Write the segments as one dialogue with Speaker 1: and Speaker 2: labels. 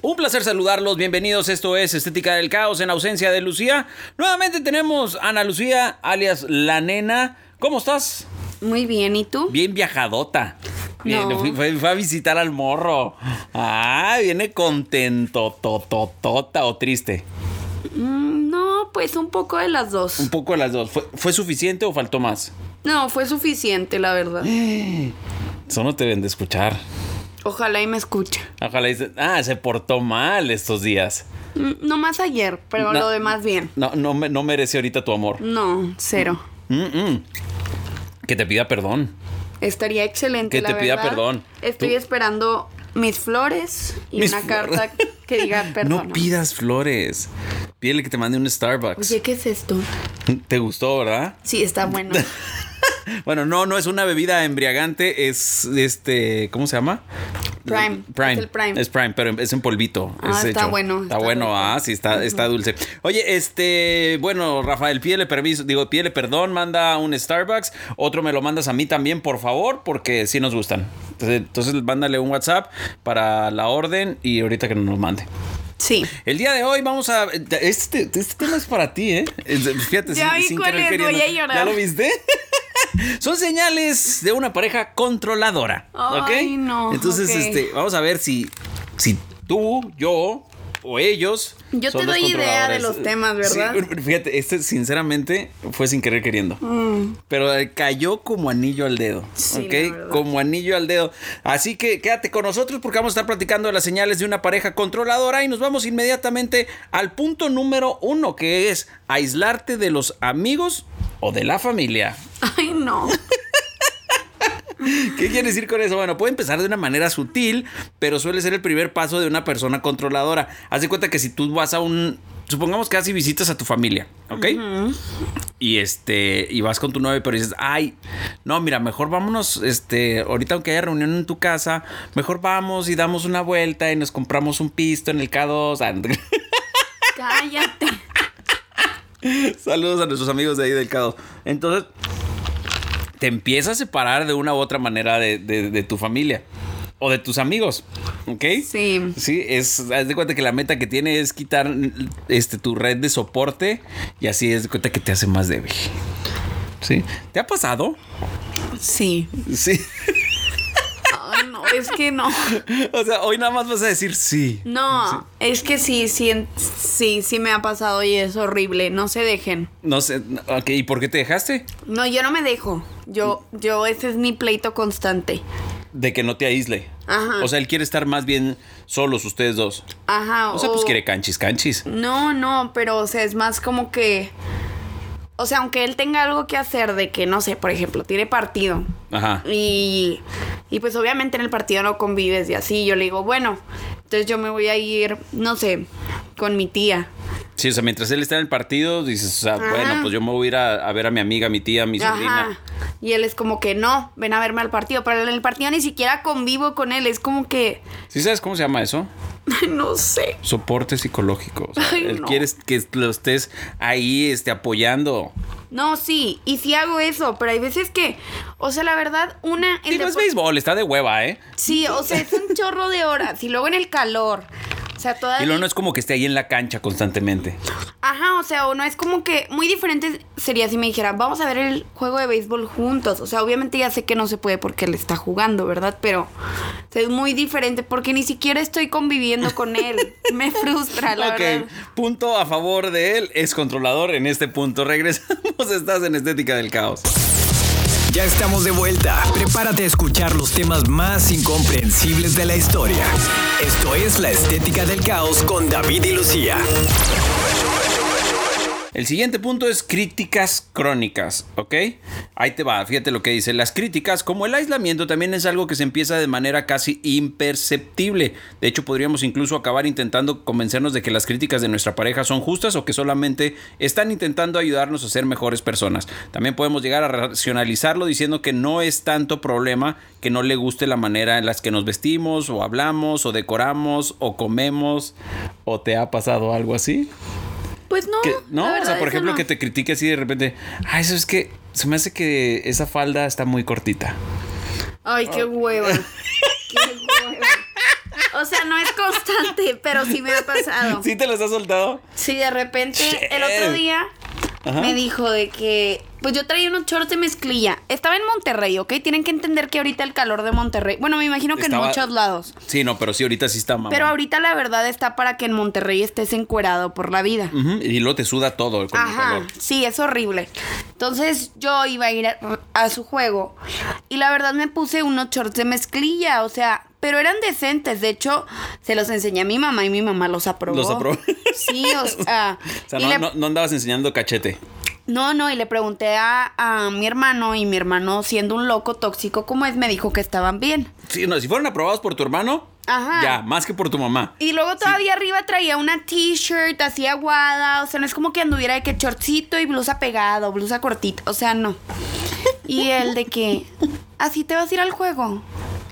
Speaker 1: Un placer saludarlos, bienvenidos, esto es Estética del Caos en ausencia de Lucía. Nuevamente tenemos a Ana Lucía, alias La Nena. ¿Cómo estás?
Speaker 2: Muy bien, ¿y tú?
Speaker 1: Bien viajadota. Bien,
Speaker 2: No.
Speaker 1: fui- fue, fue a visitar al morro. Ah, viene contento, tototota o triste.
Speaker 2: Mm, No, pues un poco de las dos.
Speaker 1: Un poco de las dos. ¿Fue, fue suficiente o faltó más?
Speaker 2: No, fue suficiente, la verdad.
Speaker 1: Eh. Eso no te deben de escuchar.
Speaker 2: Ojalá y me escuche.
Speaker 1: Ojalá dices, ah, se portó mal estos días.
Speaker 2: Mm, No más ayer, pero
Speaker 1: No.
Speaker 2: lo demás bien.
Speaker 1: No, no, me- no merece ahorita tu amor.
Speaker 2: No, cero.
Speaker 1: Mm, mm. Que te pida perdón.
Speaker 2: Estaría excelente.
Speaker 1: Que
Speaker 2: la
Speaker 1: te pida
Speaker 2: verdad.
Speaker 1: perdón.
Speaker 2: Estoy
Speaker 1: Tú-
Speaker 2: esperando mis flores y
Speaker 1: Mis
Speaker 2: una
Speaker 1: flores.
Speaker 2: carta que diga perdón.
Speaker 1: No pidas flores. Pídele que te mande un Starbucks.
Speaker 2: Oye, ¿qué es esto?
Speaker 1: ¿Te gustó, verdad?
Speaker 2: Sí, está bueno.
Speaker 1: Bueno, no, no es una bebida embriagante, es este, ¿cómo se llama?
Speaker 2: Prime.
Speaker 1: Prime.
Speaker 2: Es el Prime.
Speaker 1: Es Prime, pero es en polvito.
Speaker 2: Ah,
Speaker 1: es
Speaker 2: está
Speaker 1: hecho.
Speaker 2: bueno,
Speaker 1: Está,
Speaker 2: está
Speaker 1: bueno,
Speaker 2: rico.
Speaker 1: ah, sí, está, está dulce. Oye, este, bueno, Rafael, pídele permiso, digo, pídele perdón, manda un Starbucks, otro me lo mandas a mí también, por favor, porque sí nos gustan. Entonces, entonces mándale un WhatsApp para la orden y ahorita que nos mande.
Speaker 2: Sí.
Speaker 1: El día de hoy vamos a. Este, este tema es para ti, ¿eh? Es- Fíjate,
Speaker 2: Ya vi cuál es, voy a llorar.
Speaker 1: ¿Ya lo viste? Son señales de una pareja controladora. ¿Ok?
Speaker 2: Ay, no,
Speaker 1: Entonces,
Speaker 2: ok.
Speaker 1: este, vamos a ver si, si tú, yo o ellos.
Speaker 2: Yo
Speaker 1: son
Speaker 2: te
Speaker 1: los
Speaker 2: doy idea de
Speaker 1: controladores.
Speaker 2: los temas,
Speaker 1: Sí,
Speaker 2: ¿verdad?
Speaker 1: fíjate, este, sinceramente, fue sin querer queriendo.
Speaker 2: Mm,
Speaker 1: Pero eh, cayó como anillo al dedo.
Speaker 2: Sí,
Speaker 1: ¿Ok?
Speaker 2: la verdad.
Speaker 1: Como anillo al dedo. Así que quédate con nosotros porque vamos a estar platicando de las señales de una pareja controladora y nos vamos inmediatamente al punto número uno, que es aislarte de los amigos o de la familia.
Speaker 2: Ay, no.
Speaker 1: ¿Qué quiere decir con eso? Bueno, puede empezar de una manera sutil, pero suele ser el primer paso de una persona controladora. Haz de cuenta que si tú vas a un. Supongamos que así visitas a tu familia, ¿ok? Y este. Y vas con tu novia, pero dices, ay, no, mira, mejor vámonos. Este, ahorita aunque haya reunión en tu casa, mejor vamos y damos una vuelta y nos compramos un pisto en el K2. Ah, no te creas.
Speaker 2: Cállate.
Speaker 1: Saludos a nuestros amigos de ahí del Cado. Entonces, te empieza a separar de una u otra manera de, de- de tu familia o de tus amigos, ¿ok?
Speaker 2: Sí.
Speaker 1: Sí, es, haz de cuenta que la meta que tiene es quitar este, tu red de soporte y así es de cuenta que te hace más débil. ¿Sí? ¿Te ha pasado?
Speaker 2: Sí.
Speaker 1: Sí.
Speaker 2: Ay, no, es que no.
Speaker 1: O sea, hoy nada más vas a decir sí.
Speaker 2: No, es que sí, sí, en- sí, sí me ha pasado y es horrible. No se dejen.
Speaker 1: No sé, ok, ¿y por qué te dejaste?
Speaker 2: No, yo no me dejo. Yo, yo, ese es mi pleito constante.
Speaker 1: De que no te aísle.
Speaker 2: Ajá.
Speaker 1: O sea, él quiere estar más bien solos ustedes dos.
Speaker 2: Ajá.
Speaker 1: O sea, pues quiere canchis, canchis.
Speaker 2: No, no, pero o sea, es más como que. O sea, aunque él tenga algo que hacer de que, no sé, por ejemplo, tiene partido.
Speaker 1: Ajá.
Speaker 2: Y, y pues obviamente en el partido no convives y así. Yo le digo, bueno, entonces yo me voy a ir, no sé, con mi tía.
Speaker 1: Sí, o sea, mientras él está en el partido, dices, o sea,
Speaker 2: Ajá.
Speaker 1: bueno, pues yo me voy a ir a, a ver a mi amiga, a mi tía, a mi sobrina.
Speaker 2: Y él es como que no, ven a verme al partido. Pero en el partido ni siquiera convivo con él. Es como que.
Speaker 1: ¿Sí sabes cómo se llama eso?
Speaker 2: No sé.
Speaker 1: Soporte psicológico. O sea,
Speaker 2: Ay,
Speaker 1: él
Speaker 2: no.
Speaker 1: quiere que lo estés ahí, este, apoyando.
Speaker 2: No, sí. Y sí hago eso. Pero hay veces que. O sea, la verdad, una. el
Speaker 1: Digo, es
Speaker 2: depo-
Speaker 1: béisbol, está de hueva, ¿eh?
Speaker 2: Sí, o sea, es un chorro de horas. Y luego en el calor. O sea,
Speaker 1: Y
Speaker 2: todavía.
Speaker 1: luego no es como que esté ahí en la cancha constantemente.
Speaker 2: Ajá, o sea, o no es como que muy diferente sería si me dijera, vamos a ver el juego de béisbol juntos. O sea, obviamente ya sé que no se puede porque él está jugando, ¿verdad? Pero o sea, es muy diferente porque ni siquiera estoy conviviendo con él. Me frustra, la
Speaker 1: ok,
Speaker 2: verdad.
Speaker 1: punto a favor de él, es controlador en este punto. Regresamos, estás en Estética del Caos.
Speaker 3: Ya estamos de vuelta. Prepárate a escuchar los temas más incomprensibles de la historia. Esto es La Estética del Caos con David y Lucía.
Speaker 1: El siguiente punto es críticas crónicas, ¿ok? Ahí te va, fíjate lo que dice. Las críticas, como el aislamiento, también es algo que se empieza de manera casi imperceptible. De hecho, podríamos incluso acabar intentando convencernos de que las críticas de nuestra pareja son justas o que solamente están intentando ayudarnos a ser mejores personas. También podemos llegar a racionalizarlo diciendo que no es tanto problema que no le guste la manera en las que nos vestimos o hablamos o decoramos o comemos o te ha pasado algo así.
Speaker 2: Pues no.
Speaker 1: Que-
Speaker 2: la
Speaker 1: no, o
Speaker 2: verdad,
Speaker 1: sea, por
Speaker 2: eso
Speaker 1: ejemplo,
Speaker 2: no.
Speaker 1: que te critique así de repente. Ah, eso es que se me hace que esa falda está muy cortita.
Speaker 2: Ay,
Speaker 1: Oh.
Speaker 2: qué hueva. qué hueva. O sea, no es constante, pero sí me ha pasado.
Speaker 1: ¿Sí te las has soltado?
Speaker 2: Sí, de repente,
Speaker 1: Shit.
Speaker 2: el otro día
Speaker 1: Ajá.
Speaker 2: me dijo de que. Pues yo traía unos shorts de mezclilla. Estaba en Monterrey, ¿ok? Tienen que entender que ahorita el calor de Monterrey. Bueno, me imagino que
Speaker 1: Estaba-
Speaker 2: en muchos lados.
Speaker 1: Sí, no, pero sí, ahorita sí está mamá.
Speaker 2: Pero ahorita la verdad está para que en Monterrey estés encuerado por la vida.
Speaker 1: Ujú, Y luego te suda todo Mm, con el
Speaker 2: Ajá,
Speaker 1: calor.
Speaker 2: sí, es horrible. Entonces yo iba a ir a, a su juego y la verdad me puse unos shorts de mezclilla, o sea, pero eran decentes. De hecho, se los enseñé a mi mamá y mi mamá los aprobó.
Speaker 1: Los aprobó.
Speaker 2: Sí, o sea.
Speaker 1: O sea,
Speaker 2: y
Speaker 1: no,
Speaker 2: le-
Speaker 1: no- no andabas enseñando cachete.
Speaker 2: no, no, y le pregunté a, a mi hermano y mi hermano, siendo un loco tóxico como es, me dijo que estaban bien.
Speaker 1: Sí, no, si fueron aprobados por tu hermano,
Speaker 2: Ajá.
Speaker 1: ya, más que por tu mamá.
Speaker 2: Y luego todavía arriba traía una t-shirt así aguada. O sea, no es como que anduviera de que chorcito y blusa pegado, blusa cortita. O sea, no. Y él de que, ¿así te vas a ir al juego?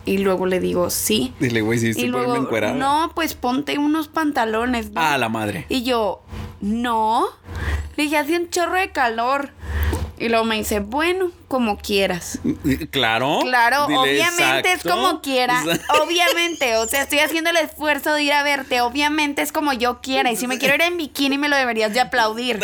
Speaker 2: Y luego le digo, sí.
Speaker 1: Dile, güey, si
Speaker 2: Y
Speaker 1: se ponen
Speaker 2: luego,
Speaker 1: encuerada.
Speaker 2: no, pues ponte unos pantalones. ¿no?".
Speaker 1: Ah, la madre.
Speaker 2: Y yo, no. Le dije, hace un chorro de calor. Y luego me dice, bueno, como quieras.
Speaker 1: Claro.
Speaker 2: Claro,
Speaker 1: Oh, Dile,
Speaker 2: obviamente
Speaker 1: exacto.
Speaker 2: es como quiera.
Speaker 1: O sea,
Speaker 2: Obviamente, o sea, estoy haciendo el esfuerzo de ir a verte. Obviamente es como yo quiera. Y si me quiero ir en bikini, me lo deberías de aplaudir.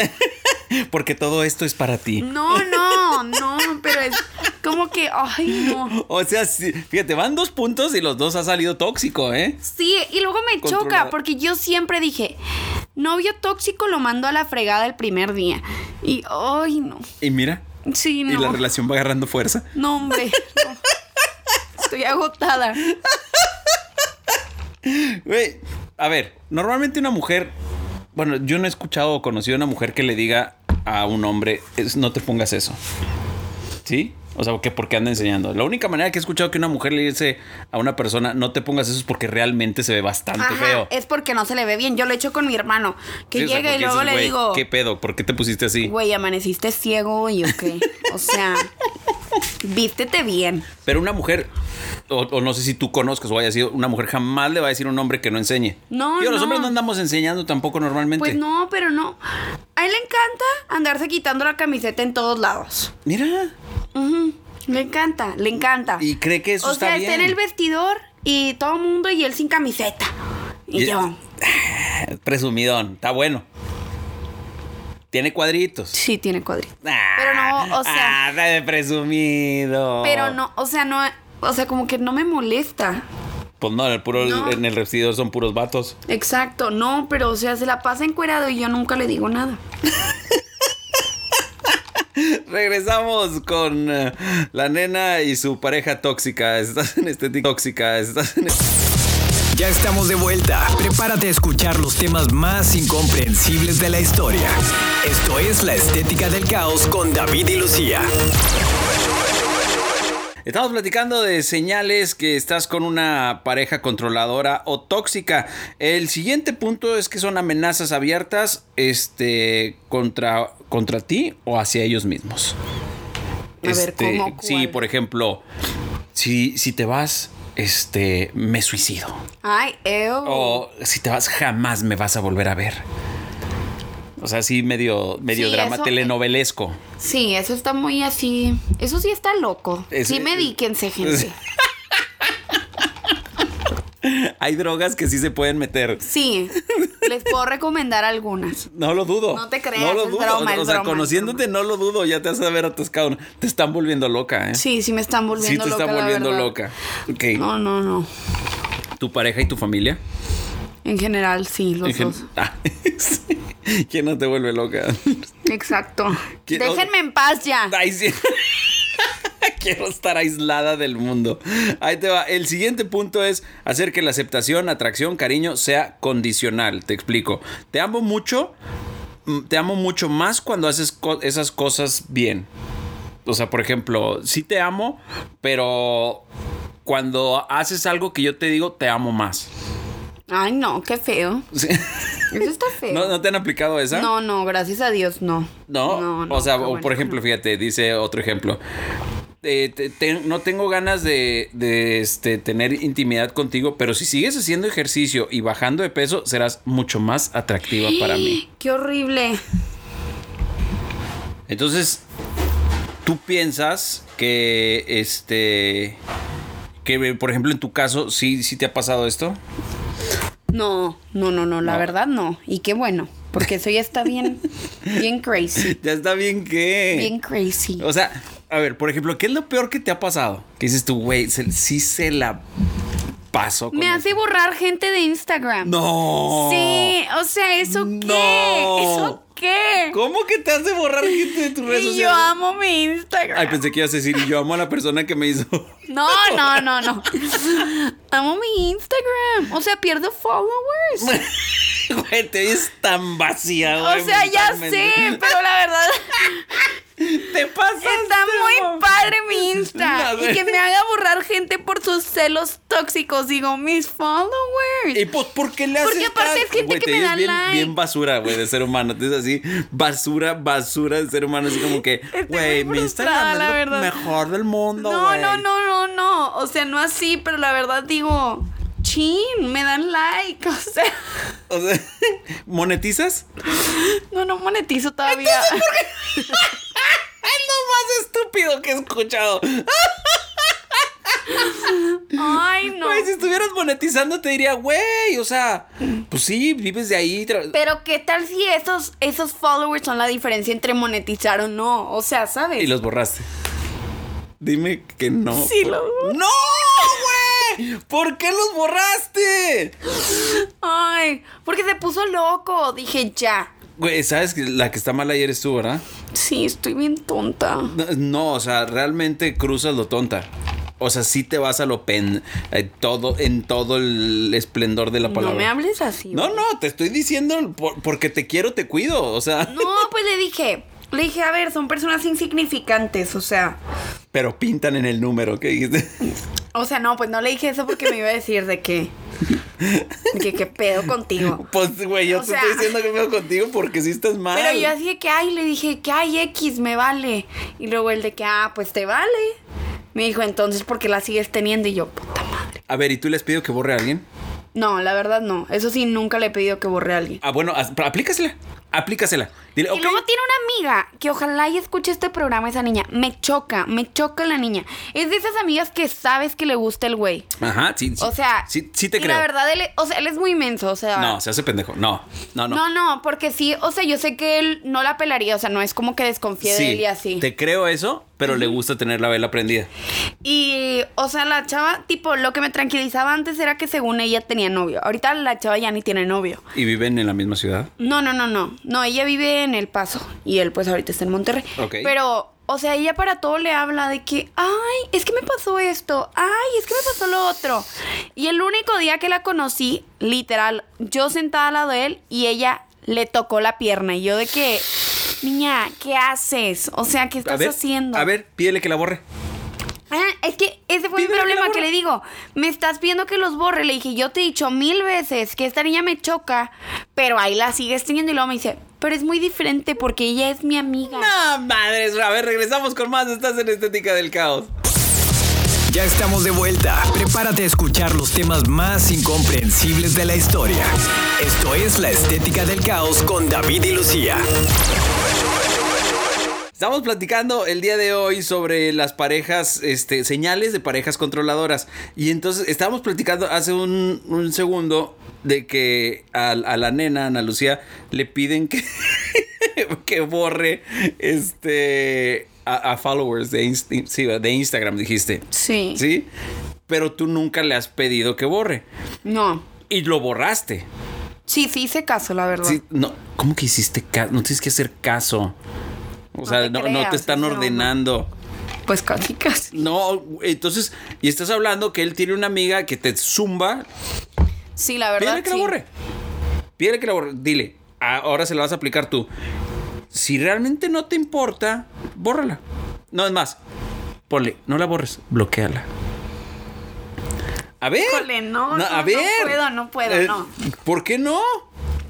Speaker 1: Porque todo esto es para ti.
Speaker 2: No, no, no, pero es como que, ay, no.
Speaker 1: O sea, sí, fíjate, van dos puntos y los dos ha salido tóxico, ¿eh?
Speaker 2: Sí, y luego me
Speaker 1: Controlada.
Speaker 2: choca porque yo siempre dije, novio tóxico lo mando a la fregada el primer día. Y, ay, no.
Speaker 1: Y mira,
Speaker 2: Sí,
Speaker 1: y la
Speaker 2: no.
Speaker 1: relación va agarrando fuerza.
Speaker 2: No, hombre. no. Estoy agotada.
Speaker 1: Güey, a ver, normalmente una mujer. Bueno, yo no he escuchado o conocido a una mujer que le diga a un hombre, "Es- no te pongas eso. ¿Sí? O sea, que porque anda enseñando. La única manera que he escuchado que una mujer le dice a una persona, no te pongas eso es porque realmente se ve bastante
Speaker 2: Ajá,
Speaker 1: feo.
Speaker 2: es porque no se le ve bien. Yo lo he hecho con mi hermano. Que
Speaker 1: Sí, o sea,
Speaker 2: llega y
Speaker 1: porque
Speaker 2: luego
Speaker 1: dices,
Speaker 2: le
Speaker 1: "Güey,
Speaker 2: digo,
Speaker 1: ¿Qué pedo? ¿Por qué te pusiste así?
Speaker 2: güey, amaneciste ciego hoy o qué. O sea, vístete bien.
Speaker 1: Pero una mujer, o, o no sé si tú conozcas o haya sido, una mujer jamás le va a decir a un hombre que no enseñe.
Speaker 2: No,
Speaker 1: Digo, los
Speaker 2: no.
Speaker 1: hombres no andamos enseñando tampoco normalmente.
Speaker 2: Pues no, pero no. A él le encanta andarse quitando la camiseta en todos lados.
Speaker 1: Mira,
Speaker 2: Ujú, Le encanta, le encanta.
Speaker 1: y cree que eso
Speaker 2: o
Speaker 1: está
Speaker 2: sea,
Speaker 1: bien.
Speaker 2: está en el vestidor y todo el mundo y él sin camiseta. Y
Speaker 1: Y-
Speaker 2: yo,
Speaker 1: Presumidón, está bueno. Tiene cuadritos.
Speaker 2: sí tiene cuadrito.
Speaker 1: Ah,
Speaker 2: Pero no, o sea-
Speaker 1: Ah, está de presumido.
Speaker 2: Pero no, o sea, no, o sea, como que no me molesta.
Speaker 1: Pues no, en el, puro,
Speaker 2: No.
Speaker 1: en el vestidor son puros vatos.
Speaker 2: Exacto, no, pero o sea, se la pasa encuerado y yo nunca le digo nada.
Speaker 1: Regresamos con eh, la nena y su pareja tóxica. Estás en estética tóxica. Estás en
Speaker 3: Ya estamos de vuelta. Prepárate a escuchar los temas más incomprensibles de la historia. Esto es La Estética del Caos con David y Lucía.
Speaker 1: Estamos platicando de señales que estás con una pareja controladora o tóxica. El siguiente punto es que son amenazas abiertas este, contra, contra ti o hacia ellos mismos.
Speaker 2: A ver, ¿cómo?
Speaker 1: Este, Sí,
Speaker 2: ¿Cuál?
Speaker 1: por ejemplo, si, si te vas, este, me suicido.
Speaker 2: Ay, ew.
Speaker 1: O si te vas, jamás me vas a volver a ver. O sea, sí, medio, medio
Speaker 2: Sí,
Speaker 1: drama
Speaker 2: eso- eh,
Speaker 1: telenovelesco.
Speaker 2: Sí, eso está muy así. Eso sí está loco.
Speaker 1: Es-
Speaker 2: sí, medíquense, gente.
Speaker 1: Hay drogas que sí se pueden meter.
Speaker 2: Sí, les puedo recomendar algunas.
Speaker 1: No lo dudo.
Speaker 2: No te creas,
Speaker 1: No lo
Speaker 2: es
Speaker 1: dudo.
Speaker 2: broma,
Speaker 1: o
Speaker 2: es
Speaker 1: sea,
Speaker 2: broma,
Speaker 1: conociéndote, no lo dudo. Ya te vas a ver atascado. Te están volviendo loca, ¿eh?
Speaker 2: Sí, sí me están
Speaker 1: Sí,
Speaker 2: volviendo
Speaker 1: te
Speaker 2: loca.
Speaker 1: están
Speaker 2: la
Speaker 1: volviendo
Speaker 2: verdad.
Speaker 1: loca. Ok.
Speaker 2: No, no, no.
Speaker 1: ¿Tu pareja y tu familia?
Speaker 2: En general, sí, los
Speaker 1: En gen-
Speaker 2: dos.
Speaker 1: Ah, sí. ¿Quién no te vuelve loca?
Speaker 2: Exacto.
Speaker 1: ¿Qué-
Speaker 2: Déjenme en paz ya.
Speaker 1: Ay, sí. Quiero estar aislada del mundo. Ahí te va. El siguiente punto es hacer que la aceptación, atracción, cariño sea condicional. Te explico. Te amo mucho, mm, te amo mucho más cuando haces co- esas cosas bien. O sea, por ejemplo, sí te amo, pero cuando haces algo que yo te digo, te amo más.
Speaker 2: Ay, no, qué feo.
Speaker 1: Sí.
Speaker 2: Eso está feo.
Speaker 1: ¿No, no te han aplicado esa?
Speaker 2: No, no, gracias a Dios, no.
Speaker 1: ¿No? o sea,
Speaker 2: qué
Speaker 1: o
Speaker 2: bueno
Speaker 1: por
Speaker 2: que
Speaker 1: ejemplo,
Speaker 2: no.
Speaker 1: fíjate, dice otro ejemplo. Eh, te- te- no tengo ganas de, de, este, tener intimidad contigo, pero si sigues haciendo ejercicio y bajando de peso, serás mucho más atractiva para mí.
Speaker 2: Qué horrible.
Speaker 1: Entonces, tú piensas que, este, que por ejemplo en tu caso, sí, sí te ha pasado esto.
Speaker 2: No, no, no, no, la
Speaker 1: No.
Speaker 2: verdad no. Y qué bueno, porque eso ya está bien, bien crazy.
Speaker 1: Ya está bien que...
Speaker 2: Bien crazy.
Speaker 1: O sea, a ver, por ejemplo, ¿qué es lo peor que te ha pasado? Que dices tú, güey, se- sí se la pasó. con
Speaker 2: Me
Speaker 1: el-
Speaker 2: hace borrar gente de Instagram.
Speaker 1: No.
Speaker 2: Sí, o sea, ¿eso
Speaker 1: No.
Speaker 2: qué? ¿Eso qué?
Speaker 1: ¿Cómo que te hace borrar gente de tus redes
Speaker 2: Y yo
Speaker 1: sociales?
Speaker 2: amo mi Instagram.
Speaker 1: Ay, pensé que ibas a decir, y yo amo a la persona que me hizo.
Speaker 2: No, no, no, no. Amo mi Instagram. O sea, pierdo followers.
Speaker 1: Güey, te ves tan vacía,
Speaker 2: O
Speaker 1: güey,
Speaker 2: sea, ya sé,
Speaker 1: mentalmente.
Speaker 2: pero la verdad
Speaker 1: Te pasas.
Speaker 2: está muy padre mi Insta.
Speaker 1: A
Speaker 2: Y
Speaker 1: ver.
Speaker 2: que me haga borrar gente por sus celos tóxicos. Digo, mis
Speaker 1: ¿Y
Speaker 2: followers.
Speaker 1: pues por qué le haces
Speaker 2: Porque aparte
Speaker 1: caso?
Speaker 2: es gente
Speaker 1: Güey,
Speaker 2: que
Speaker 1: te
Speaker 2: me
Speaker 1: ves
Speaker 2: da
Speaker 1: bien,
Speaker 2: like.
Speaker 1: bien basura, güey, de ser humano. Te ves así, basura, basura de ser humano. Así como que,
Speaker 2: Estoy
Speaker 1: güey,
Speaker 2: muy
Speaker 1: mi Instagram
Speaker 2: frustrada,
Speaker 1: es
Speaker 2: la
Speaker 1: lo
Speaker 2: verdad.
Speaker 1: mejor del mundo,
Speaker 2: No,
Speaker 1: güey.
Speaker 2: no, no, no, no. O sea, no así, pero la verdad digo, chin, me dan like. O sea,
Speaker 1: O sea, ¿monetizas?
Speaker 2: no, no monetizo todavía.
Speaker 1: Es lo más estúpido que he escuchado.
Speaker 2: Ay, no.
Speaker 1: Güey, si estuvieras monetizando te diría, güey, o sea, pues sí, vives de ahí. tra-
Speaker 2: Pero qué tal si esos, esos followers son la diferencia entre monetizar o no. O sea, ¿sabes?
Speaker 1: Y los borraste. Dime que no.
Speaker 2: Sí, lo-
Speaker 1: ¡No, güey! ¿Por qué los borraste?
Speaker 2: Ay, porque se puso loco. Dije, ya.
Speaker 1: Güey, ¿sabes que la que está mal ayer es tú, verdad?
Speaker 2: Sí, estoy bien tonta.
Speaker 1: No, No, o sea, realmente cruzas lo tonta. O sea, sí te vas a lo pen... eh, todo, en todo el esplendor de la palabra.
Speaker 2: No me hables así.
Speaker 1: No,
Speaker 2: güey.
Speaker 1: no, te estoy diciendo por- porque te quiero, te cuido. O sea,
Speaker 2: No, pues le dije. Le dije, a ver, son personas insignificantes, o sea.
Speaker 1: pero pintan en el número que dijiste.
Speaker 2: O sea, no, pues no le dije eso porque me iba a decir de que. de que qué pedo contigo.
Speaker 1: Pues, güey, yo
Speaker 2: O
Speaker 1: te
Speaker 2: sea-
Speaker 1: estoy diciendo que veo contigo porque sí estás mal.
Speaker 2: Pero yo así de que, ay, le dije que, ay, X, me vale. Y luego él de que, ah, pues te vale. Me dijo, entonces, ¿por qué la sigues teniendo? Y yo, puta madre.
Speaker 1: A ver, ¿y tú les pido que borre a alguien?
Speaker 2: No, la verdad no. Eso sí, nunca le he pedido que borre a alguien.
Speaker 1: Ah, bueno, haz- pero aplícasela. Aplícasela. Dile,
Speaker 2: Y
Speaker 1: ok.
Speaker 2: luego tiene una amiga que ojalá y escuche este programa esa niña. Me choca, me choca la niña. Es de esas amigas que sabes que le gusta el güey.
Speaker 1: Ajá, sí, sí.
Speaker 2: O sea,
Speaker 1: sí, sí te
Speaker 2: y
Speaker 1: creo.
Speaker 2: la verdad, él, o sea, él es muy inmenso, o sea.
Speaker 1: No, se hace pendejo. No, no, no.
Speaker 2: No, no, porque sí, o sea, yo sé que él no la pelaría, o sea, no es como que desconfíe de él y así.
Speaker 1: te creo eso, pero le gusta tener la vela prendida.
Speaker 2: Y, o sea, la chava, tipo, lo que me tranquilizaba antes era que según ella tenía novio. Ahorita la chava ya ni tiene novio.
Speaker 1: ¿Y viven en la misma ciudad?
Speaker 2: No, no, no, no. No, ella vive en El Paso y él pues ahorita está en Monterrey.
Speaker 1: Ok.
Speaker 2: Pero, o sea, ella para todo le habla de que, ay, es que me pasó esto, ay, es que me pasó lo otro. Y el único día que la conocí, literal, yo sentada al lado de él y ella le tocó la pierna y yo de que, niña, ¿qué haces? O sea, ¿qué
Speaker 1: a
Speaker 2: estás
Speaker 1: ver,
Speaker 2: haciendo?
Speaker 1: A ver, pídele que la borre.
Speaker 2: Ah, es que ese fue
Speaker 1: Pídele
Speaker 2: mi
Speaker 1: que la
Speaker 2: problema
Speaker 1: borre.
Speaker 2: que le digo. Me estás pidiendo que los borre. Le dije, yo te he dicho mil veces que esta niña me choca, pero ahí la sigues teniendo. Y luego me dice, pero es muy diferente porque ella es mi amiga.
Speaker 1: No, madres. A ver, regresamos con más. Estás en Estética del Caos.
Speaker 3: Ya estamos de vuelta. Prepárate a escuchar los temas más incomprensibles de la historia. Esto es La Estética del Caos con David y Lucía.
Speaker 1: Estamos platicando el día de hoy sobre las parejas, este, señales de parejas controladoras. Y entonces estábamos platicando hace un, un segundo de que a, a la nena, Ana Lucía, le piden que, que borre este, a, a followers de, Inst- sí, de Instagram, dijiste.
Speaker 2: Sí.
Speaker 1: ¿Sí? Pero tú nunca le has pedido que borre.
Speaker 2: No.
Speaker 1: Y lo borraste.
Speaker 2: Sí, sí hice caso, la verdad.
Speaker 1: Sí, no, ¿cómo que hiciste caso? No tienes que hacer caso. O sea,
Speaker 2: te
Speaker 1: no, no
Speaker 2: creas,
Speaker 1: te están
Speaker 2: es broma.
Speaker 1: ordenando.
Speaker 2: Pues casi, casi.
Speaker 1: No, entonces, y estás hablando que él tiene una amiga que te zumba.
Speaker 2: Sí, la verdad.
Speaker 1: Pídele que la
Speaker 2: sí.
Speaker 1: borre. Pídele que la borre. Dile, "Ah, ahora se la vas a aplicar tú. Si realmente no te importa, bórrala. No es más, ponle, no la borres, bloqueala. A ver.
Speaker 2: Híjole, no, no,
Speaker 1: a
Speaker 2: no
Speaker 1: ver. Eh,
Speaker 2: puedo, no puedo, no.
Speaker 1: ¿Por qué no?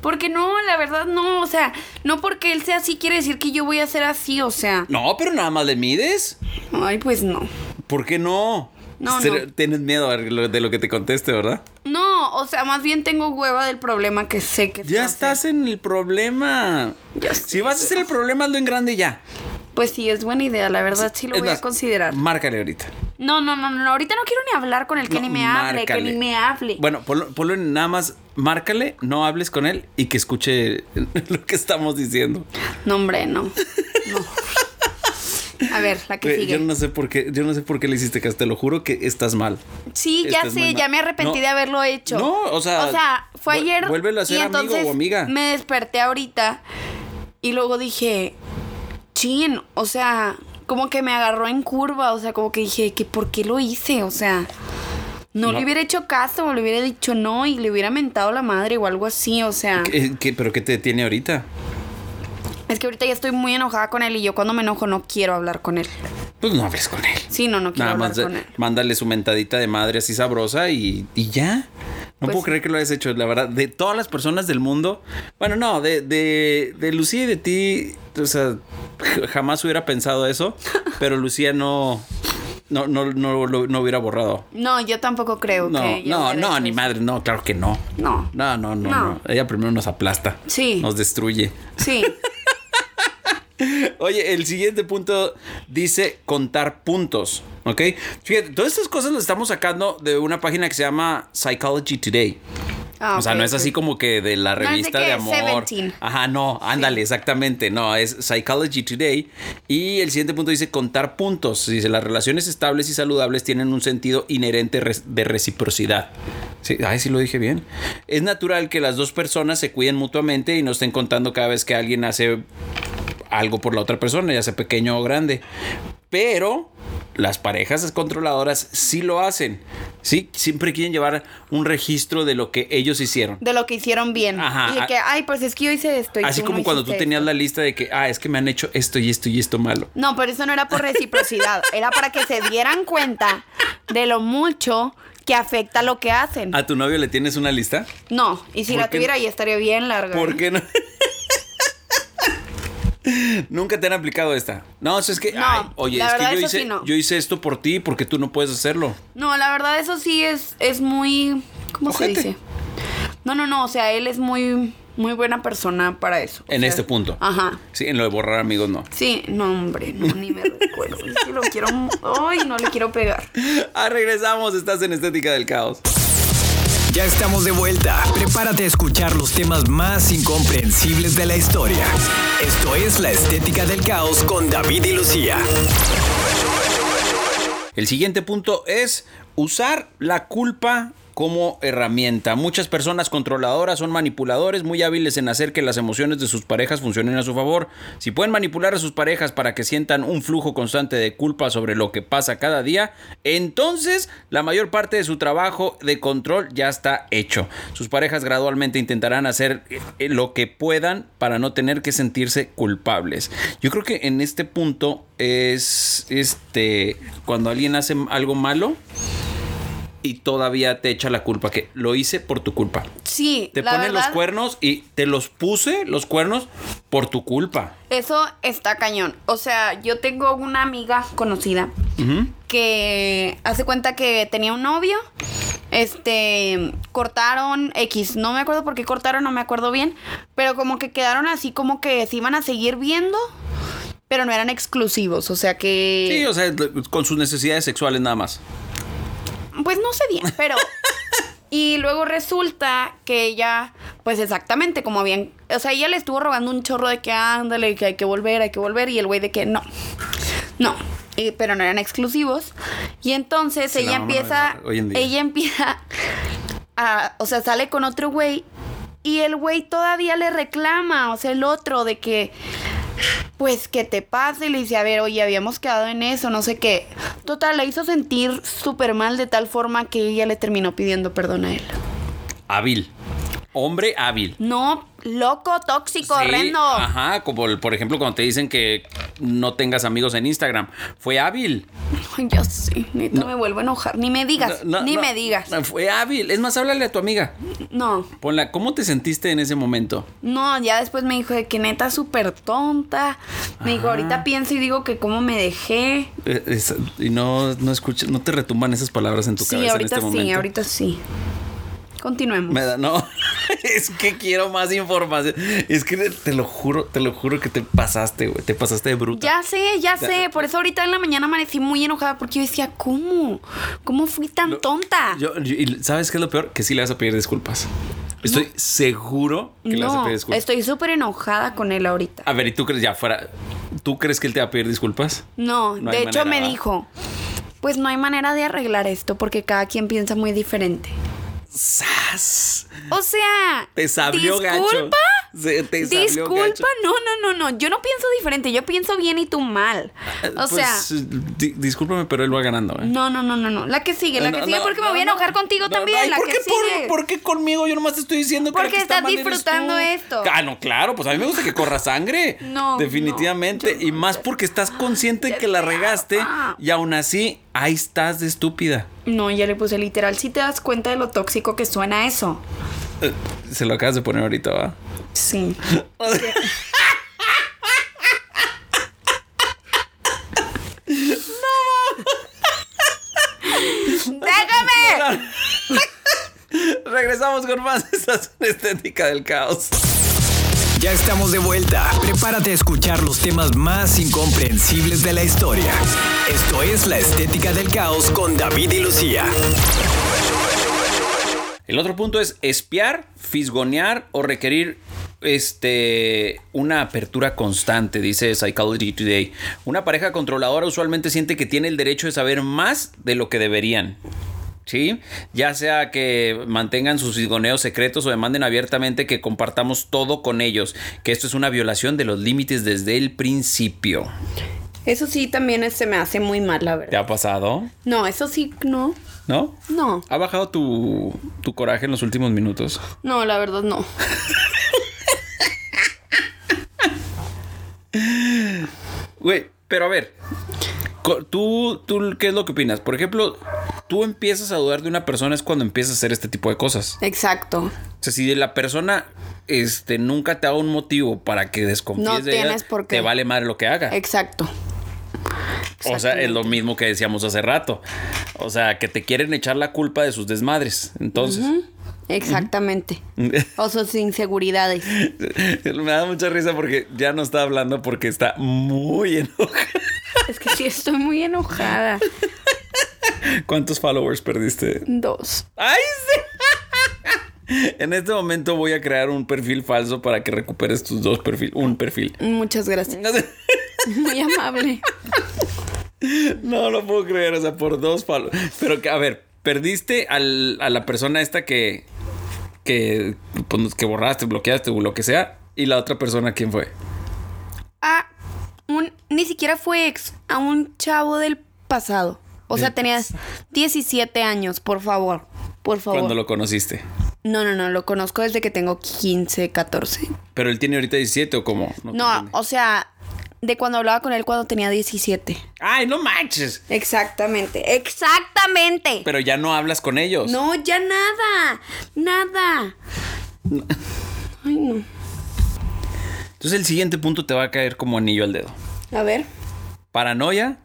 Speaker 2: Porque no, la verdad no, o sea, no porque él sea así quiere decir que yo voy a ser así, o sea.
Speaker 1: No, pero nada más le mides.
Speaker 2: Ay, pues no.
Speaker 1: ¿Por qué no?
Speaker 2: No,
Speaker 1: Te-
Speaker 2: no.
Speaker 1: Tienes miedo a lo- de lo que te conteste, ¿verdad?
Speaker 2: No, o sea, más bien tengo hueva del problema que sé que se va
Speaker 1: Ya
Speaker 2: a
Speaker 1: estás en el problema.
Speaker 2: Ya
Speaker 1: si
Speaker 2: sé,
Speaker 1: vas a hacer el problema, hazlo en grande ya.
Speaker 2: hacer. Pues sí, es buena idea, la verdad sí lo
Speaker 1: Es
Speaker 2: voy
Speaker 1: más,
Speaker 2: a considerar.
Speaker 1: Márcale ahorita.
Speaker 2: No, no, no, no, ahorita no quiero ni hablar con él, que
Speaker 1: No,
Speaker 2: ni me hable, que
Speaker 1: márcale.
Speaker 2: ni me hable.
Speaker 1: Bueno, ponlo, ponlo en nada más, márcale, no hables con él y que escuche lo que estamos diciendo.
Speaker 2: No, hombre, no. No. A ver, la que
Speaker 1: Güey,
Speaker 2: sigue.
Speaker 1: Yo no sé por qué, yo no sé por qué le hiciste caso, te lo juro que estás mal.
Speaker 2: Sí, ya
Speaker 1: Estás muy
Speaker 2: sé,
Speaker 1: mal.
Speaker 2: ya me arrepentí
Speaker 1: No.
Speaker 2: de haberlo hecho.
Speaker 1: No, o sea,
Speaker 2: O sea, fue
Speaker 1: vu-
Speaker 2: ayer.
Speaker 1: vuélvelo a ser
Speaker 2: y
Speaker 1: amigo
Speaker 2: entonces
Speaker 1: o amiga.
Speaker 2: Me desperté ahorita y luego dije, chin, o sea, como que me agarró en curva, o sea, como que dije, que ¿por qué lo hice? O sea, no,
Speaker 1: No.
Speaker 2: le hubiera hecho caso, le hubiera dicho no y le hubiera mentado la madre o algo así, o sea.
Speaker 1: ¿Qué- qué- pero qué te detiene ahorita?
Speaker 2: Es que ahorita ya estoy muy enojada con él y yo cuando me enojo no quiero hablar con él.
Speaker 1: Pues no hables con él.
Speaker 2: Sí, no, no quiero
Speaker 1: Nada
Speaker 2: hablar
Speaker 1: más de-
Speaker 2: con él.
Speaker 1: mándale su mentadita de madre así sabrosa y, y ya. No
Speaker 2: Pues
Speaker 1: puedo
Speaker 2: sí.
Speaker 1: creer que lo hayas hecho, la verdad. De todas las personas del mundo, bueno, no, de, de, de Lucía y de ti, o sea, j- jamás hubiera pensado eso, pero Lucía no, no, no, no, lo- no hubiera borrado.
Speaker 2: No, yo tampoco creo
Speaker 1: No,
Speaker 2: que. yo
Speaker 1: no,
Speaker 2: hubiera
Speaker 1: no,
Speaker 2: hecho
Speaker 1: ni
Speaker 2: eso.
Speaker 1: madre, no, claro que no.
Speaker 2: No.
Speaker 1: No, no, no,
Speaker 2: No.
Speaker 1: no. Ella primero nos aplasta.
Speaker 2: Sí.
Speaker 1: Nos destruye.
Speaker 2: Sí.
Speaker 1: Oye, el siguiente punto dice contar puntos, ¿ok? Fíjate, todas estas cosas las estamos sacando de una página que se llama Psychology Today.
Speaker 2: Ah,
Speaker 1: o sea,
Speaker 2: ok,
Speaker 1: no es así
Speaker 2: ok.
Speaker 1: como que de la
Speaker 2: No es de
Speaker 1: revista
Speaker 2: que
Speaker 1: de amor.
Speaker 2: 17.
Speaker 1: Ajá, no, ándale, exactamente. No, es Psychology Today. Y el siguiente punto dice contar puntos. Dice, las relaciones estables y saludables tienen un sentido inherente res- de reciprocidad. Sí, ay, sí lo dije bien. Es natural que las dos personas se cuiden mutuamente y no estén contando cada vez que alguien hace algo por la otra persona, ya sea pequeño o grande. Pero las parejas controladoras sí lo hacen. Sí, siempre quieren llevar un registro de lo que ellos hicieron.
Speaker 2: de lo que hicieron bien.
Speaker 1: Ajá. ah.
Speaker 2: Y de que, ay, pues es que yo hice esto. y
Speaker 1: Así
Speaker 2: no
Speaker 1: como cuando tú
Speaker 2: hiciste
Speaker 1: tenías
Speaker 2: esto".
Speaker 1: la lista de que, ah, es que me han hecho esto y esto y esto malo.
Speaker 2: No, pero eso no era por reciprocidad. era para que se dieran cuenta de lo mucho que afecta lo que hacen.
Speaker 1: ¿A tu novio le tienes una lista?
Speaker 2: No, y si
Speaker 1: Ah. ¿Por
Speaker 2: la
Speaker 1: qué
Speaker 2: tuviera
Speaker 1: no?
Speaker 2: ya estaría bien larga.
Speaker 1: ¿Por qué no? Nunca te han aplicado esta. No, eso es que,
Speaker 2: No,
Speaker 1: ay, oye,
Speaker 2: la
Speaker 1: es
Speaker 2: verdad,
Speaker 1: que yo
Speaker 2: eso
Speaker 1: hice,
Speaker 2: sí no.
Speaker 1: yo hice esto por ti porque tú no puedes hacerlo.
Speaker 2: No, la verdad, eso sí es, es muy. ¿Cómo
Speaker 1: Ojete.
Speaker 2: se dice? No, no, no. O sea, él es muy, muy buena persona para eso. o
Speaker 1: En
Speaker 2: sea,
Speaker 1: este punto.
Speaker 2: Ajá.
Speaker 1: Sí, en lo de borrar amigos, no.
Speaker 2: Sí, no, hombre, no, ni me recuerdo. Es que lo quiero. Ay, no le quiero pegar.
Speaker 1: Ah, regresamos, estás en Estética del Caos.
Speaker 3: Ya estamos de vuelta. Prepárate a escuchar los temas más incomprensibles de la historia. Esto es La Estética del Caos con David y Lucía.
Speaker 1: El siguiente punto es usar la culpa como herramienta. Muchas personas controladoras son manipuladores muy hábiles en hacer que las emociones de sus parejas funcionen a su favor. Si pueden manipular a sus parejas para que sientan un flujo constante de culpa sobre lo que pasa cada día, entonces la mayor parte de su trabajo de control ya está hecho. Sus parejas gradualmente intentarán hacer eh, lo que puedan para no tener que sentirse culpables. Yo creo que en este punto es este cuando alguien hace algo malo y todavía te echa la culpa que lo hice por tu culpa.
Speaker 2: Sí,
Speaker 1: Te
Speaker 2: la
Speaker 1: ponen los
Speaker 2: verdad,
Speaker 1: cuernos y te los puse los cuernos por tu culpa.
Speaker 2: Eso está cañón. O sea, yo tengo una amiga conocida que hace cuenta que tenía un novio. Este, cortaron X, no me acuerdo por qué cortaron, no me acuerdo bien, pero como que quedaron así como que se iban a seguir viendo, pero no eran exclusivos, o sea que
Speaker 1: Sí, o sea, con sus necesidades sexuales nada más.
Speaker 2: pues no sé bien, pero. Y luego resulta que ella, pues exactamente como habían. O sea, ella le estuvo rogando un chorro de que ándale, que hay que volver, hay que volver. Y el güey de que no. No. Y- pero no eran exclusivos. Y entonces
Speaker 1: Sí, no,
Speaker 2: ella
Speaker 1: no,
Speaker 2: empieza.
Speaker 1: no, hoy en día.
Speaker 2: Ella empieza. a- o sea, sale con otro güey. Y el güey todavía le reclama. O sea, el otro de que pues que te pase y le dice, a ver, oye, habíamos quedado en eso, no sé qué. Total, la hizo sentir súper mal de tal forma que ella le terminó pidiendo perdón a él.
Speaker 1: Hábil. hombre hábil.
Speaker 2: No, loco,
Speaker 1: Sí,
Speaker 2: tóxico,
Speaker 1: ah.
Speaker 2: horrendo.
Speaker 1: Ajá, como el- por ejemplo cuando te dicen que no tengas amigos en Instagram. Fue hábil.
Speaker 2: Ay, Yo sí, ni me vuelvo a enojar. Ni me digas,
Speaker 1: No, no,
Speaker 2: ni
Speaker 1: no,
Speaker 2: me digas.
Speaker 1: no, Fue hábil. Es más, háblale a tu amiga.
Speaker 2: No,
Speaker 1: Ponla, ¿cómo te sentiste en ese momento?
Speaker 2: no, ya después me dijo de que neta súper tonta. Me dijo, ahorita pienso y digo que cómo me dejé.
Speaker 1: Eh, es- y no, no escuchas, no te retumban esas palabras en tu
Speaker 2: Sí,
Speaker 1: cabeza en
Speaker 2: ahorita
Speaker 1: este
Speaker 2: sí,
Speaker 1: momento.
Speaker 2: ahorita sí. Continuemos.
Speaker 1: Me da, no, es que quiero más información. Es que te lo juro, te lo juro que te pasaste, güey. Te pasaste de bruta.
Speaker 2: Ya sé, ya sé. Por eso ahorita en la mañana amanecí muy enojada porque yo decía, ¿cómo? ¿Cómo fui tan
Speaker 1: Lo-
Speaker 2: tonta?
Speaker 1: Yo- yo- y ¿Sabes qué es lo peor? Que sí le vas a pedir disculpas. Estoy seguro que le vas a
Speaker 2: no,
Speaker 1: pedir disculpas.
Speaker 2: estoy súper enojada con él ahorita.
Speaker 1: A ver, ¿y tú crees ya fuera? ¿Tú crees que él te va a pedir disculpas?
Speaker 2: No,
Speaker 1: No
Speaker 2: de
Speaker 1: hay
Speaker 2: hecho
Speaker 1: manera,
Speaker 2: me
Speaker 1: ¿verdad?
Speaker 2: dijo, pues no hay manera de arreglar esto porque cada quien piensa muy diferente.
Speaker 1: ¡Sas!
Speaker 2: O sea,
Speaker 1: Te sabió gacho.
Speaker 2: disculpa,
Speaker 1: Se- te sabió
Speaker 2: disculpa,
Speaker 1: gacho.
Speaker 2: no, no, no, no, yo no pienso diferente, yo pienso bien y tú mal.
Speaker 1: Eh,
Speaker 2: O
Speaker 1: pues,
Speaker 2: sea,
Speaker 1: di- discúlpame, pero él va ganando, ¿eh?
Speaker 2: no, no, no, no, no, la que sigue, la
Speaker 1: No,
Speaker 2: que
Speaker 1: no,
Speaker 2: sigue
Speaker 1: no,
Speaker 2: porque me
Speaker 1: no,
Speaker 2: voy a
Speaker 1: no.
Speaker 2: enojar contigo
Speaker 1: No,
Speaker 2: también,
Speaker 1: no, ¿y
Speaker 2: la
Speaker 1: por
Speaker 2: que
Speaker 1: qué por-
Speaker 2: sigue.
Speaker 1: ¿Por qué conmigo? Yo nomás te estoy diciendo que la
Speaker 2: Porque
Speaker 1: que está
Speaker 2: estás
Speaker 1: mal eres
Speaker 2: disfrutando
Speaker 1: tú.
Speaker 2: esto.
Speaker 1: Ah, no, claro, pues a mí me gusta que corra sangre.
Speaker 2: No,
Speaker 1: Definitivamente.
Speaker 2: no, yo
Speaker 1: y
Speaker 2: no
Speaker 1: más
Speaker 2: sé.
Speaker 1: porque estás consciente
Speaker 2: Yo
Speaker 1: que la
Speaker 2: te
Speaker 1: regaste
Speaker 2: amo. Ah.
Speaker 1: y aún así ahí estás de estúpida.
Speaker 2: No, ya le puse literal, si te das cuenta de lo tóxico que suena eso.
Speaker 1: Eh, Se lo acabas de poner ahorita, ¿va?
Speaker 2: Sí. no. ¡Déjame!
Speaker 1: Regresamos con más de Estación Estética del Caos.
Speaker 3: Ya estamos de vuelta. Prepárate a escuchar los temas más incomprensibles de la historia. Esto es La Estética del Caos con David y Lucía.
Speaker 1: El otro punto es espiar, fisgonear o requerir este una apertura constante, dice Psychology Today. Una pareja controladora usualmente siente que tiene el derecho de saber más de lo que deberían. ¿Sí? Ya sea que mantengan sus fisgoneos secretos o demanden abiertamente que compartamos todo con ellos, que esto es una violación de los límites desde el principio.
Speaker 2: Eso sí, también se me hace muy mal, la
Speaker 1: ¿Te
Speaker 2: verdad.
Speaker 1: ha pasado?
Speaker 2: No, eso sí, no.
Speaker 1: ¿No?
Speaker 2: No.
Speaker 1: ¿Ha bajado tu, tu coraje en los últimos minutos?
Speaker 2: No, la verdad, no.
Speaker 1: Güey, pero a ver, co- ¿tú, ¿tú qué es lo que opinas? Por ejemplo, tú empiezas a dudar de una persona es cuando empiezas a hacer este tipo de cosas.
Speaker 2: Exacto.
Speaker 1: O sea, si la persona este, nunca te da un motivo para que desconfíes
Speaker 2: No
Speaker 1: de
Speaker 2: tienes
Speaker 1: ella,
Speaker 2: por qué.
Speaker 1: te vale madre lo que haga.
Speaker 2: Exacto.
Speaker 1: O sea, es lo mismo que decíamos hace rato. O sea, que te quieren echar la culpa de sus desmadres. Entonces,
Speaker 2: Exactamente. O sus inseguridades.
Speaker 1: me da mucha risa porque ya no está hablando porque está muy enojada.
Speaker 2: Es que sí, estoy muy enojada.
Speaker 1: ¿Cuántos followers perdiste?
Speaker 2: Dos.
Speaker 1: ¡Ay, sí! En este momento voy a crear un perfil falso para que recuperes tus dos perfiles. Un perfil.
Speaker 2: Muchas gracias. Muy amable.
Speaker 1: No lo puedo creer, o sea, por dos palos. Pero que, a ver, perdiste al- a la persona esta que. que. pues, que borraste, bloqueaste o lo que sea. Y la otra persona, ¿quién fue?
Speaker 2: a un, ni siquiera fue ex, a un chavo del pasado. O sea, tenías 17 años, por favor. Por favor.
Speaker 1: Cuando lo conociste.
Speaker 2: No, no, no, lo conozco desde que tengo 15, 14.
Speaker 1: Pero él tiene ahorita 17 o cómo? te
Speaker 2: No,
Speaker 1: entendí.
Speaker 2: o sea, de cuando hablaba con él cuando tenía 17.
Speaker 1: ¡Ay, no manches!
Speaker 2: Exactamente, exactamente.
Speaker 1: Pero ya no hablas con ellos.
Speaker 2: No, ya nada, nada. Ay, no.
Speaker 1: Entonces el siguiente punto te va a caer como anillo al dedo.
Speaker 2: A ver.
Speaker 1: Este paranoia,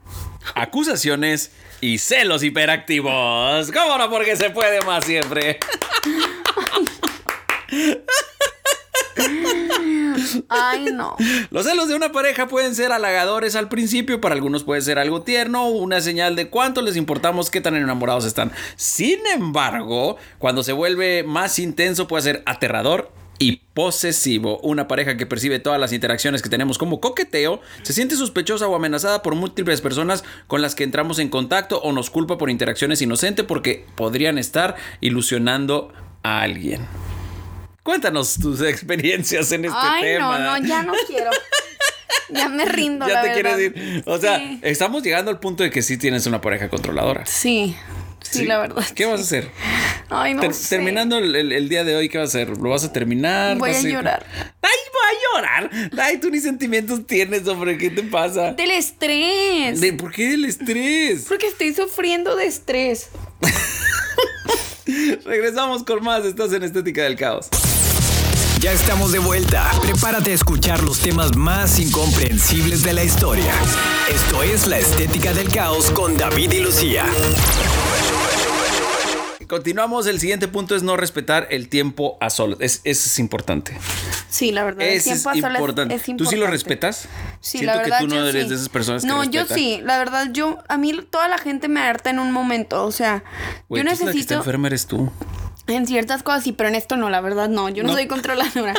Speaker 1: acusaciones y celos hiperactivos. ¿Cómo no? Porque se puede más siempre.
Speaker 2: Ay, no.
Speaker 1: Los celos de una pareja pueden ser halagadores al principio, para algunos puede ser algo tierno, una señal de cuánto les importamos, qué tan enamorados están. Sin embargo, cuando se vuelve más intenso puede ser aterrador y posesivo. Una pareja que percibe todas las interacciones que tenemos como coqueteo se siente sospechosa o amenazada por múltiples personas con las que entramos en contacto o nos culpa por interacciones inocentes porque podrían estar ilusionando a alguien. Cuéntanos tus experiencias en este
Speaker 2: Ay,
Speaker 1: tema.
Speaker 2: no, no, ya no quiero. Ya me rindo,
Speaker 1: Ya
Speaker 2: la
Speaker 1: te
Speaker 2: verdad.
Speaker 1: quieres ir. O sea,
Speaker 2: Sí.
Speaker 1: estamos llegando al punto de que sí tienes una pareja controladora.
Speaker 2: Sí, sí, la verdad.
Speaker 1: ¿Qué vas a hacer?
Speaker 2: Ay, no
Speaker 1: Ter-
Speaker 2: sé.
Speaker 1: Terminando el, el- el día de hoy, ¿qué vas a hacer? ¿Lo vas a terminar?
Speaker 2: Voy
Speaker 1: ¿Vas
Speaker 2: a
Speaker 1: ir-
Speaker 2: llorar.
Speaker 1: ¡Ay, voy a llorar! ¡Ay, tú ni sentimientos tienes, hombre! ¿Qué te pasa?
Speaker 2: Del estrés.
Speaker 1: De- ¿Por qué el estrés?
Speaker 2: Porque estoy sufriendo de estrés.
Speaker 1: Regresamos con más. Estás en Estética del Caos.
Speaker 3: Ya estamos de vuelta. Prepárate a escuchar los temas más incomprensibles de la historia. Esto es La Estética del Caos con David y Lucía.
Speaker 1: Continuamos. El siguiente punto es no respetar el tiempo a solas. Es, eso es importante.
Speaker 2: Sí, la verdad. el
Speaker 1: Ese es
Speaker 2: tiempo a solas
Speaker 1: importante.
Speaker 2: es
Speaker 1: ¿Tú sí lo
Speaker 2: importante.
Speaker 1: respetas?
Speaker 2: Sí,
Speaker 1: Siento
Speaker 2: la verdad.
Speaker 1: que tú no
Speaker 2: yo
Speaker 1: eres
Speaker 2: sí.
Speaker 1: de esas personas que
Speaker 2: No, yo
Speaker 1: respeta.
Speaker 2: sí. La verdad, yo. A mí toda la gente me harta en un momento. O sea,
Speaker 1: Güey, tú es
Speaker 2: yo
Speaker 1: la que está
Speaker 2: necesito.
Speaker 1: enferma eres tú.
Speaker 2: En ciertas cosas sí, pero en esto no, la verdad no. Yo no,
Speaker 1: No.
Speaker 2: soy controladora.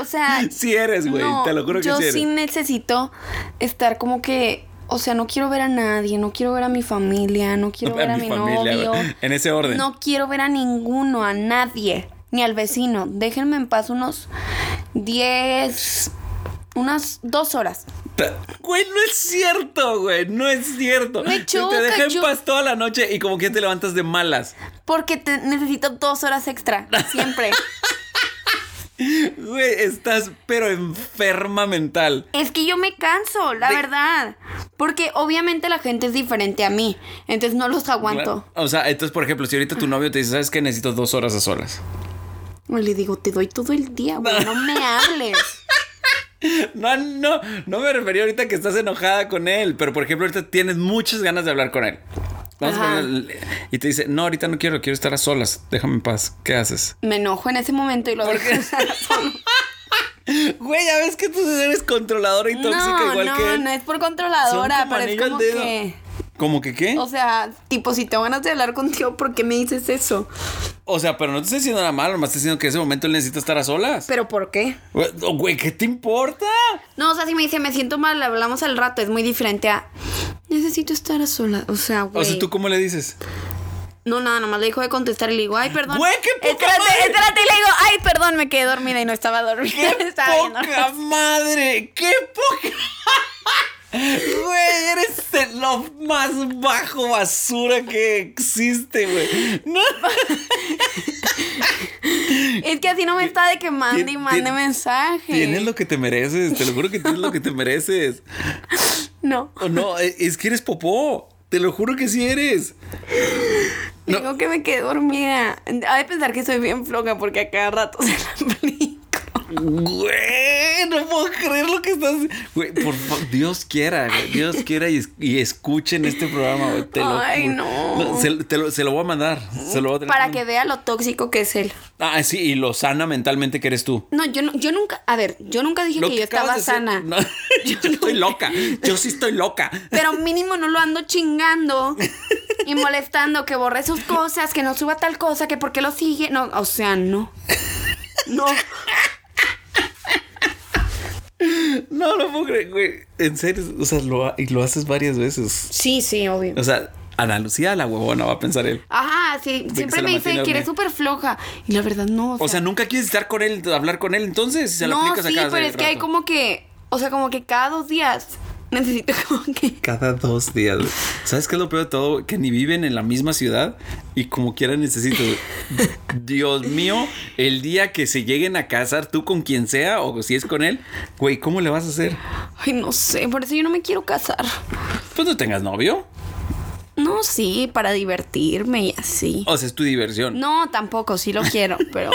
Speaker 2: o sea.
Speaker 1: Sí eres, güey,
Speaker 2: no,
Speaker 1: te lo juro que
Speaker 2: Yo
Speaker 1: sí eres.
Speaker 2: sí necesito estar como que. O sea, no quiero ver a nadie, no quiero ver a mi familia, no quiero
Speaker 1: A
Speaker 2: ver a
Speaker 1: mi
Speaker 2: mi,
Speaker 1: familia,
Speaker 2: novio.
Speaker 1: güey. En ese orden.
Speaker 2: No quiero ver a ninguno, a nadie, ni al vecino. Déjenme en paz unos 10, unas dos horas.
Speaker 1: Ta- Güey, no es cierto, güey. No es cierto.
Speaker 2: Me choca,
Speaker 1: te dejé en
Speaker 2: yo-
Speaker 1: paz toda la noche y como que te levantas de malas.
Speaker 2: Porque te- necesito dos horas extra, siempre.
Speaker 1: Güey, estás pero enferma mental.
Speaker 2: Es que yo me canso, la
Speaker 1: De-
Speaker 2: verdad. Porque obviamente la gente es diferente a mí. Entonces no los aguanto.
Speaker 1: O sea, entonces, por ejemplo, si ahorita tu novio te dice, ¿sabes qué? Necesito dos horas a solas.
Speaker 2: Le digo, te doy todo el día, güey. No me hables.
Speaker 1: No, no, no me refería ahorita que estás enojada con él, pero por ejemplo, ahorita tienes muchas ganas de hablar con él. Vamos
Speaker 2: Ajá.
Speaker 1: a poner- y te dice, no, ahorita no quiero, quiero estar a solas, déjame en paz, ¿qué haces?
Speaker 2: Me enojo en ese momento y lo dejo.
Speaker 1: Güey, ya ves que tú eres controladora y tóxica
Speaker 2: No,
Speaker 1: igual que
Speaker 2: no,
Speaker 1: él.
Speaker 2: no es por
Speaker 1: Son
Speaker 2: controladora,
Speaker 1: como
Speaker 2: pero es
Speaker 1: anillo al
Speaker 2: como
Speaker 1: dedo. ¿Eh?
Speaker 2: que.
Speaker 1: ¿Cómo que qué?
Speaker 2: O sea, tipo, si tengo ganas de hablar contigo, ¿por qué me dices eso?
Speaker 1: O sea, pero no te estoy diciendo nada malo, más te estoy diciendo que en ese momento él necesita estar a solas.
Speaker 2: ¿Pero por qué?
Speaker 1: Güey, oh, Güey, ¿qué te importa?
Speaker 2: No, o sea, si me dice, me siento mal, hablamos al rato, es muy diferente a. Necesito estar a sola. O sea, güey.
Speaker 1: O sea, ¿tú cómo le dices?
Speaker 2: No, nada, nomás le dijo de contestar y le digo, ay, perdón.
Speaker 1: Güey, qué poca
Speaker 2: espérate,
Speaker 1: madre.
Speaker 2: espérate, y le digo, ay, perdón, me quedé dormida y no estaba dormida.
Speaker 1: ¡Qué
Speaker 2: estaba viendo.
Speaker 1: poca madre! ¡Qué poca! Güey, eres el- lo más bajo basura que existe, güey. No.
Speaker 2: Es que así no me está de que mande y
Speaker 1: Tien-
Speaker 2: mande
Speaker 1: tien-
Speaker 2: mensajes.
Speaker 1: Tienes lo que te mereces, te lo juro que tienes lo que te mereces.
Speaker 2: No.
Speaker 1: O no, e- es que eres popó. Te lo juro que sí eres. No.
Speaker 2: Digo que me quedé dormida. Ha de pensar que soy bien floja porque a cada rato se la aplico.
Speaker 1: Güey, no puedo creer lo que estás. Güey, por fa- Dios quiera, güey, Dios quiera y, es- y escuchen este programa, güey. Te lo
Speaker 2: Ay,
Speaker 1: juro.
Speaker 2: no.
Speaker 1: se, te lo, se lo voy a mandar. Se lo voy a tener
Speaker 2: Para
Speaker 1: que
Speaker 2: que vea lo tóxico que es él.
Speaker 1: Ah, sí, y lo sana mentalmente que eres tú.
Speaker 2: No, yo, no- yo nunca, a ver, yo nunca dije
Speaker 1: Lo
Speaker 2: que, yo estaba
Speaker 1: acabas de hacer-
Speaker 2: sana.
Speaker 1: No, yo estoy loca. Yo sí estoy loca.
Speaker 2: Pero mínimo no lo ando chingando y molestando, que borre sus cosas, que no suba tal cosa, que porque lo sigue. No, o sea, no. No.
Speaker 1: No, no puedo creer, güey. En serio, o sea, lo, ha- y lo haces varias veces.
Speaker 2: Sí, sí, obvio.
Speaker 1: O sea, Ana Lucía la huevona va a pensar él.
Speaker 2: Ajá, sí,
Speaker 1: que se
Speaker 2: siempre
Speaker 1: la
Speaker 2: me dicen
Speaker 1: mantiene
Speaker 2: que eres
Speaker 1: dormida.
Speaker 2: súper floja. Y la verdad, no.
Speaker 1: O sea, nunca quieres estar con él, hablar con él, entonces si se lo
Speaker 2: no,
Speaker 1: aplicas a
Speaker 2: sí,
Speaker 1: cada
Speaker 2: pero es que hay
Speaker 1: rato.
Speaker 2: como que, o sea, como que cada dos días necesito como que.
Speaker 1: Cada dos días. güey. ¿Sabes qué es lo peor de todo? Que ni viven en la misma ciudad y como quieran necesito. güey. Dios mío, el día que se lleguen a casar tú con quien sea o si es con él, güey, ¿cómo le vas a hacer?
Speaker 2: Ay, no sé, por eso yo no me quiero casar.
Speaker 1: Pues no tengas novio.
Speaker 2: No, sí, para divertirme y así.
Speaker 1: O sea, es tu diversión.
Speaker 2: No, tampoco, sí lo quiero, pero.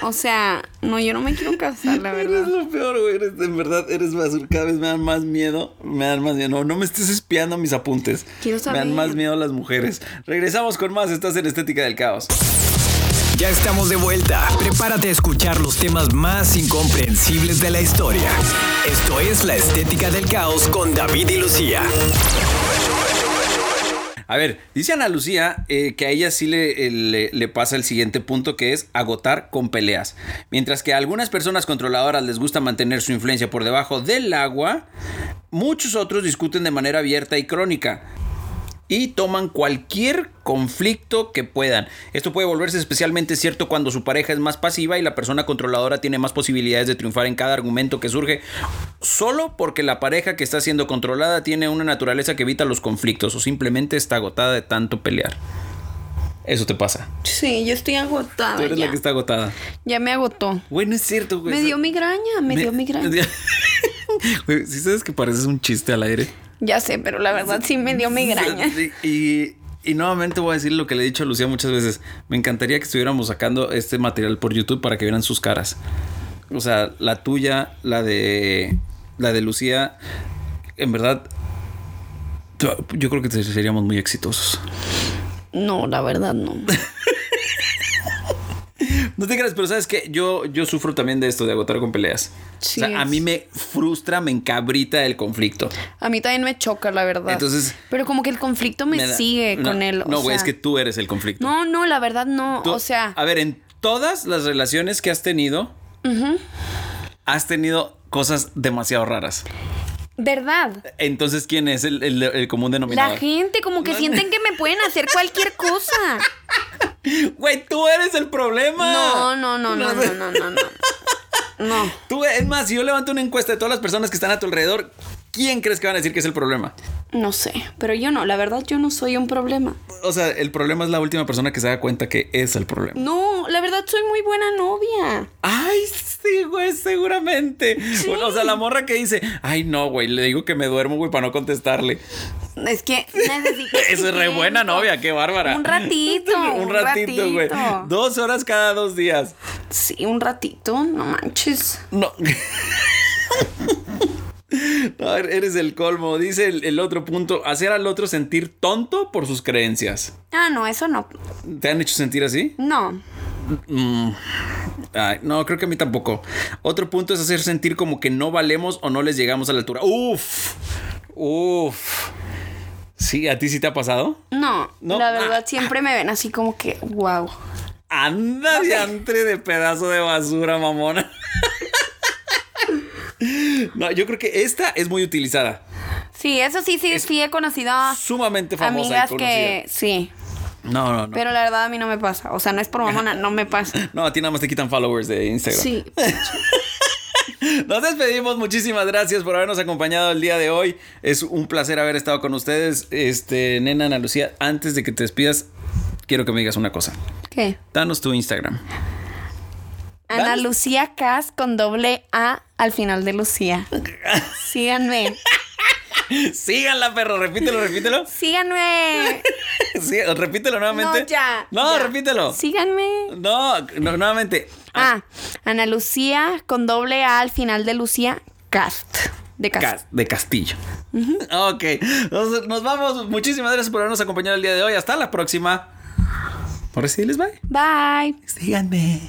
Speaker 2: O sea, no, yo no me quiero casar, la
Speaker 1: Eres
Speaker 2: verdad.
Speaker 1: lo peor, güey. Eres- en verdad, eres basura. Cada vez me dan más miedo. Me dan más miedo. No, no me estés espiando mis apuntes.
Speaker 2: Quiero saber.
Speaker 1: Me dan más miedo las mujeres. Regresamos con más. Estás en Estética del Caos.
Speaker 3: Ya estamos de vuelta. Prepárate a escuchar los temas más incomprensibles de la historia. Esto es La Estética del Caos con David y Lucía.
Speaker 1: A ver, dice Ana Lucía eh, que a ella sí le, eh, le- le pasa el siguiente punto que es agotar con peleas. Mientras que a algunas personas controladoras les gusta mantener su influencia por debajo del agua, muchos otros discuten de manera abierta y crónica. Y toman cualquier conflicto que puedan. Esto puede volverse especialmente cierto cuando su pareja es más pasiva y la persona controladora tiene más posibilidades de triunfar en cada argumento que surge solo porque la pareja que está siendo controlada tiene una naturaleza que evita los conflictos o simplemente está agotada de tanto pelear. Eso te pasa.
Speaker 4: Sí, yo estoy agotada.
Speaker 1: Tú eres
Speaker 4: ya.
Speaker 1: la que Pues, eh, está agotada.
Speaker 4: Ya me agotó.
Speaker 1: Güey, no es cierto, güey.
Speaker 4: Me dio migraña, me, dio migraña.
Speaker 1: Güey, sí sabes que pareces un chiste al aire.
Speaker 4: Ya sé, pero la verdad sí me dio migraña.
Speaker 1: Y, y nuevamente voy a decir lo que le he dicho a Lucía muchas veces. Me encantaría que estuviéramos sacando este material por YouTube para que vieran sus caras. O sea, la tuya, la de la de Lucía, en verdad yo creo que te- seríamos muy exitosos.
Speaker 4: No, la verdad no.
Speaker 1: No te creas, pero sabes que yo, yo sufro también de esto, de agotar con peleas.
Speaker 4: Sí,
Speaker 1: o sea, a
Speaker 4: es.
Speaker 1: mí me frustra, me encabrita el conflicto.
Speaker 4: A mí también me choca, la verdad.
Speaker 1: Entonces-
Speaker 4: Pero como que el conflicto me,
Speaker 1: Me da-
Speaker 4: sigue
Speaker 1: no,
Speaker 4: con él. o
Speaker 1: No, güey,
Speaker 4: sea.
Speaker 1: es que tú eres el conflicto.
Speaker 4: No, no, la verdad no.
Speaker 1: Tú-
Speaker 4: o sea.
Speaker 1: A ver, en todas las relaciones que has tenido, has tenido cosas demasiado raras.
Speaker 4: ¿Verdad?
Speaker 1: Entonces, ¿quién es el, el- el común denominador?
Speaker 4: La gente como que
Speaker 1: No.
Speaker 4: sienten que me pueden hacer cualquier cosa.
Speaker 1: Güey, tú eres el problema.
Speaker 4: No, no, no, no, no, no, no, no. No.
Speaker 1: Tú, es más, si yo levanto una encuesta de todas las personas que están a tu alrededor, ¿quién crees que van a decir que es el problema?
Speaker 4: No sé, pero yo no, la verdad yo no soy un problema.
Speaker 1: O sea, el problema es la última persona que se da cuenta que es el problema.
Speaker 4: No, la verdad soy muy buena novia.
Speaker 1: Ay, sí, güey, seguramente. Bueno, o sea, la morra que dice, ay, no, güey, le digo que me duermo, güey, para no contestarle.
Speaker 4: Es que necesito.
Speaker 1: Eso es re buena novia, qué bárbara.
Speaker 4: Un ratito,
Speaker 1: un
Speaker 4: un
Speaker 1: ratito, güey.
Speaker 4: ratito.
Speaker 1: Dos horas cada dos días.
Speaker 4: Sí, un ratito, no manches.
Speaker 1: No. No, eres el colmo. Dice el, el otro punto: hacer al otro sentir tonto por sus creencias.
Speaker 4: Ah, no, eso no.
Speaker 1: ¿Te han hecho sentir así?
Speaker 4: No.
Speaker 1: Ay, no, creo que a mí tampoco. Otro punto es hacer sentir como que no valemos o no les llegamos a la altura. Uf, uf. Sí, a ti sí te ha pasado.
Speaker 4: No,
Speaker 1: No. Ah.
Speaker 4: la verdad siempre me ven así como que, wow.
Speaker 1: Anda diantre de pedazo de basura, mamona. No, yo creo que esta es muy utilizada.
Speaker 4: Sí, eso sí, sí, sí he conocido a
Speaker 1: Sumamente famosa
Speaker 4: amigas
Speaker 1: y conocida.
Speaker 4: que sí,
Speaker 1: No, no, no.
Speaker 4: pero la verdad a mí no me pasa. O sea, no es por mamona, no me pasa.
Speaker 1: No, a ti nada más te quitan followers de Instagram.
Speaker 4: Sí,
Speaker 1: Nos despedimos, muchísimas gracias por habernos acompañado el día de hoy. Es un placer haber estado con ustedes. Este, nena Ana Lucía, antes de que te despidas, quiero que me digas una cosa.
Speaker 4: ¿qué?
Speaker 1: Danos tu Instagram.
Speaker 4: Ana
Speaker 1: Dale.
Speaker 4: Lucía Cas con doble A al final de Lucía. Síganme.
Speaker 1: Síganla, perro, repítelo, repítelo.
Speaker 4: Síganme.
Speaker 1: Sí, repítelo nuevamente.
Speaker 4: No, ya.
Speaker 1: No,
Speaker 4: ya.
Speaker 1: repítelo.
Speaker 4: Síganme.
Speaker 1: No, no, nuevamente.
Speaker 4: Ah, Ana Lucía con doble A al final de Lucía Cast. De Cast.
Speaker 1: Cas- de Castillo. Ok. Nos, nos vamos. Muchísimas gracias por habernos acompañado el día de hoy. Hasta la próxima. Por si les bye.
Speaker 4: Bye.
Speaker 1: Síganme.